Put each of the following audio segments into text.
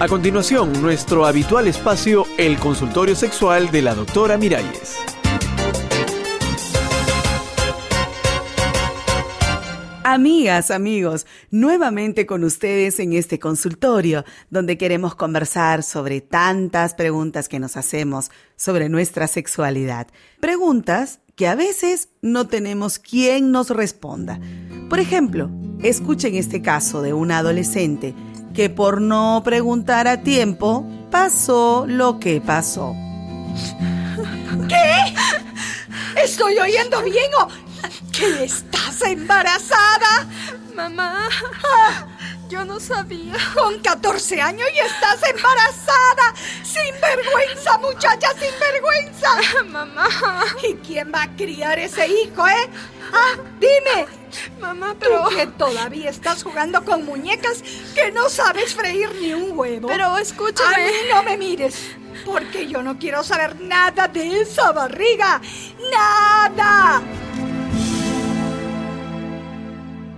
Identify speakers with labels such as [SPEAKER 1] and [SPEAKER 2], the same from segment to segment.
[SPEAKER 1] A continuación, nuestro habitual espacio, el consultorio sexual de la doctora Miralles.
[SPEAKER 2] Amigas, amigos, nuevamente con ustedes en este consultorio, donde queremos conversar sobre tantas preguntas que nos hacemos sobre nuestra sexualidad. Preguntas que a veces no tenemos quien nos responda. Por ejemplo, escuchen este caso de una adolescente que por no preguntar a tiempo pasó lo que pasó.
[SPEAKER 3] ¿Qué? ¿Estoy oyendo bien o que estás embarazada? Ah.
[SPEAKER 4] Mamá, yo no sabía.
[SPEAKER 3] Con 14 años y estás embarazada. Sin vergüenza, muchacha, sin vergüenza.
[SPEAKER 4] Mamá,
[SPEAKER 3] ¿Y quién va a criar ese hijo, eh? Ah, dime,
[SPEAKER 4] mamá,
[SPEAKER 3] tú
[SPEAKER 4] pero...
[SPEAKER 3] que todavía estás jugando con muñecas que no sabes freír ni un huevo.
[SPEAKER 4] Pero
[SPEAKER 3] A mí
[SPEAKER 4] escúchame.
[SPEAKER 3] no me mires, porque yo no quiero saber nada de esa barriga. ¡Nada!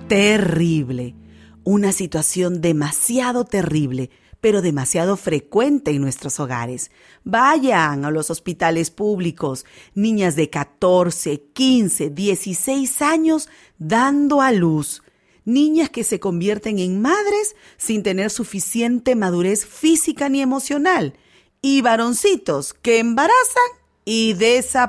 [SPEAKER 2] Terrible. Una situación demasiado terrible, pero demasiado frecuente en nuestros hogares. Vayan a los hospitales públicos, niñas de 14, 15, 16 años dando a luz. Niñas que se convierten en madres sin tener suficiente madurez física ni emocional. Y varoncitos que embarazan y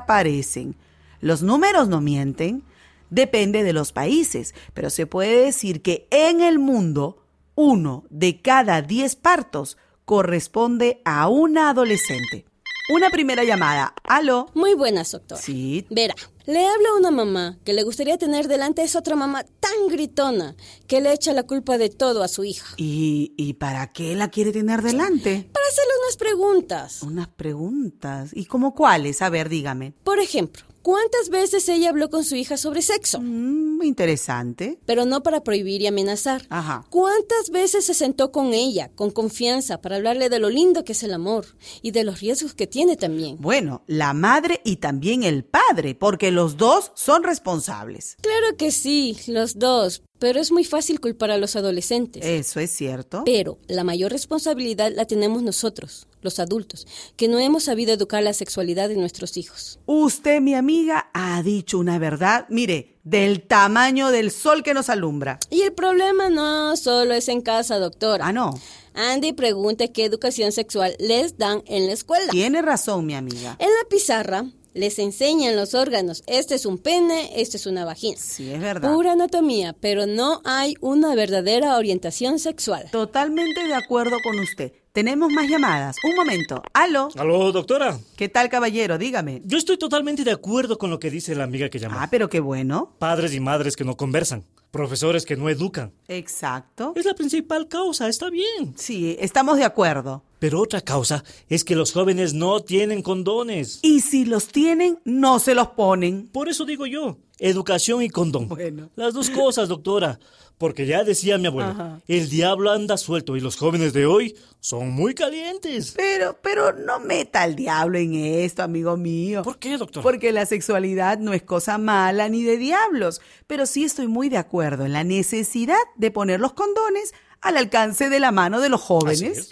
[SPEAKER 2] desaparecen. Los números no mienten. Depende de los países, pero se puede decir que en el mundo uno de cada diez partos corresponde a una adolescente. Una primera llamada. Aló.
[SPEAKER 5] Muy buenas, doctor.
[SPEAKER 2] Sí.
[SPEAKER 5] Verá, le hablo a una mamá que le gustaría tener delante es otra mamá tan gritona que le echa la culpa de todo a su hija.
[SPEAKER 2] ¿Y, y para qué la quiere tener delante?
[SPEAKER 5] Para hacerle unas preguntas.
[SPEAKER 2] Unas preguntas. ¿Y cómo cuáles? A ver, dígame.
[SPEAKER 5] Por ejemplo, ¿cuántas veces ella habló con su hija sobre sexo?
[SPEAKER 2] Mm, interesante.
[SPEAKER 5] Pero no para prohibir y amenazar.
[SPEAKER 2] Ajá.
[SPEAKER 5] ¿Cuántas veces se sentó con ella, con confianza, para hablarle de lo lindo que es el amor y de los riesgos que tiene también?
[SPEAKER 2] Bueno, la madre y también el padre, porque los dos son responsables.
[SPEAKER 5] Claro que sí, los dos, pero es muy fácil culpar a los adolescentes.
[SPEAKER 2] Eso es cierto.
[SPEAKER 5] Pero la mayor responsabilidad la tenemos nosotros, los adultos, que no hemos sabido educar la sexualidad de nuestros hijos.
[SPEAKER 2] Usted, mi amiga, ha dicho una verdad, mire, del tamaño del sol que nos alumbra.
[SPEAKER 5] Y el problema no solo es en casa, doctora.
[SPEAKER 2] Ah, no.
[SPEAKER 5] Andy pregunta qué educación sexual les dan en la escuela.
[SPEAKER 2] Tiene razón, mi amiga.
[SPEAKER 5] En la pizarra les enseñan los órganos. Este es un pene, este es una vagina.
[SPEAKER 2] Sí, es verdad.
[SPEAKER 5] Pura anatomía, pero no hay una verdadera orientación sexual.
[SPEAKER 2] Totalmente de acuerdo con usted. Tenemos más llamadas. Un momento. Aló.
[SPEAKER 6] Aló, doctora.
[SPEAKER 2] ¿Qué tal, caballero? Dígame.
[SPEAKER 6] Yo estoy totalmente de acuerdo con lo que dice la amiga que llamó.
[SPEAKER 2] Ah, pero qué bueno.
[SPEAKER 6] Padres y madres que no conversan, profesores que no educan.
[SPEAKER 2] Exacto.
[SPEAKER 6] Es la principal causa, está bien.
[SPEAKER 2] Sí, estamos de acuerdo.
[SPEAKER 6] Pero otra causa es que los jóvenes no tienen condones.
[SPEAKER 2] Y si los tienen, no se los ponen.
[SPEAKER 6] Por eso digo yo, educación y condón.
[SPEAKER 2] Bueno.
[SPEAKER 6] Las dos cosas, doctora. Porque ya decía mi abuelo, el diablo anda suelto y los jóvenes de hoy son muy calientes.
[SPEAKER 2] Pero, pero no meta al diablo en esto, amigo mío.
[SPEAKER 6] ¿Por qué, doctora?
[SPEAKER 2] Porque la sexualidad no es cosa mala ni de diablos, pero sí estoy muy de acuerdo en la necesidad de poner los condones al alcance de la mano de los
[SPEAKER 6] Así
[SPEAKER 2] jóvenes.
[SPEAKER 6] es.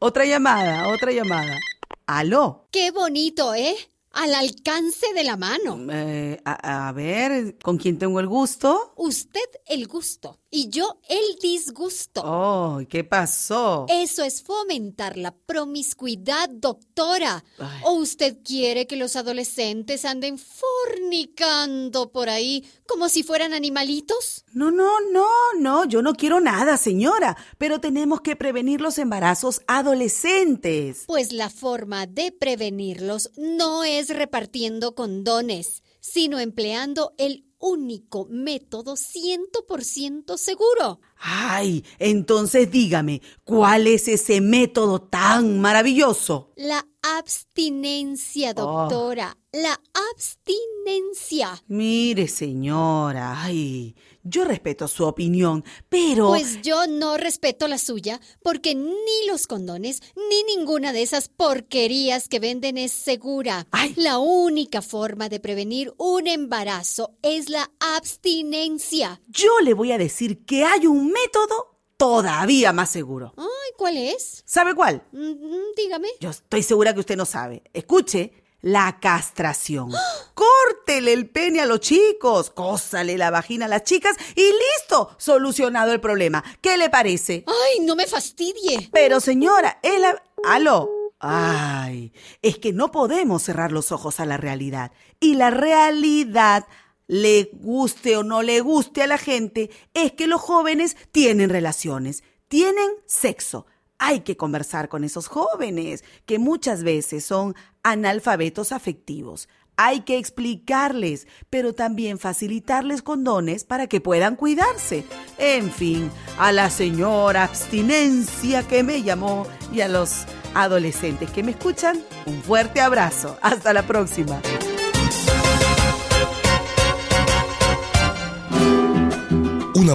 [SPEAKER 2] Otra llamada, otra llamada. Aló.
[SPEAKER 7] Qué bonito, ¿eh? Al alcance de la mano.
[SPEAKER 2] Eh, a, a ver, ¿con quién tengo el gusto?
[SPEAKER 7] Usted el gusto y yo el disgusto.
[SPEAKER 2] Oh, ¿qué pasó?
[SPEAKER 7] Eso es fomentar la promiscuidad, doctora.
[SPEAKER 2] Ay.
[SPEAKER 7] ¿O usted quiere que los adolescentes anden fornicando por ahí como si fueran animalitos?
[SPEAKER 2] No, no, no, no, yo no quiero nada, señora, pero tenemos que prevenir los embarazos adolescentes.
[SPEAKER 7] Pues la forma de prevenirlos no es repartiendo condones, sino empleando el único método 100% seguro.
[SPEAKER 2] Ay, entonces dígame, ¿cuál es ese método tan maravilloso?
[SPEAKER 7] La abstinencia,
[SPEAKER 2] Oh.
[SPEAKER 7] doctora. La abstinencia.
[SPEAKER 2] Mire, señora, ay, yo respeto su opinión, pero
[SPEAKER 7] Pues yo no respeto la suya porque ni los condones ni ninguna de esas porquerías que venden es segura.
[SPEAKER 2] Ay.
[SPEAKER 7] La única forma de prevenir un embarazo es la abstinencia.
[SPEAKER 2] yo le voy a decir que hay un método todavía más seguro.
[SPEAKER 7] Ay, cuál es?
[SPEAKER 2] ¿Sabe cuál?
[SPEAKER 7] Mm, dígame.
[SPEAKER 2] Yo estoy segura que usted no sabe. Escuche, la castración. Córtele el pene a los chicos, cósale la vagina a las chicas y listo, solucionado el problema. ¿Qué le parece?
[SPEAKER 7] Ay, no me fastidie.
[SPEAKER 2] Pero señora, es la... ¡Aló! Ay, es que no podemos cerrar los ojos a la realidad. Y la realidad, le guste o no le guste a la gente, es que los jóvenes tienen relaciones, tienen sexo. Hay que conversar con esos jóvenes, que muchas veces son analfabetos afectivos. Hay que explicarles, pero también facilitarles condones para que puedan cuidarse. En fin, a la señora abstinencia que me llamó y a los adolescentes que me escuchan, un fuerte abrazo. Hasta la próxima.
[SPEAKER 8] Una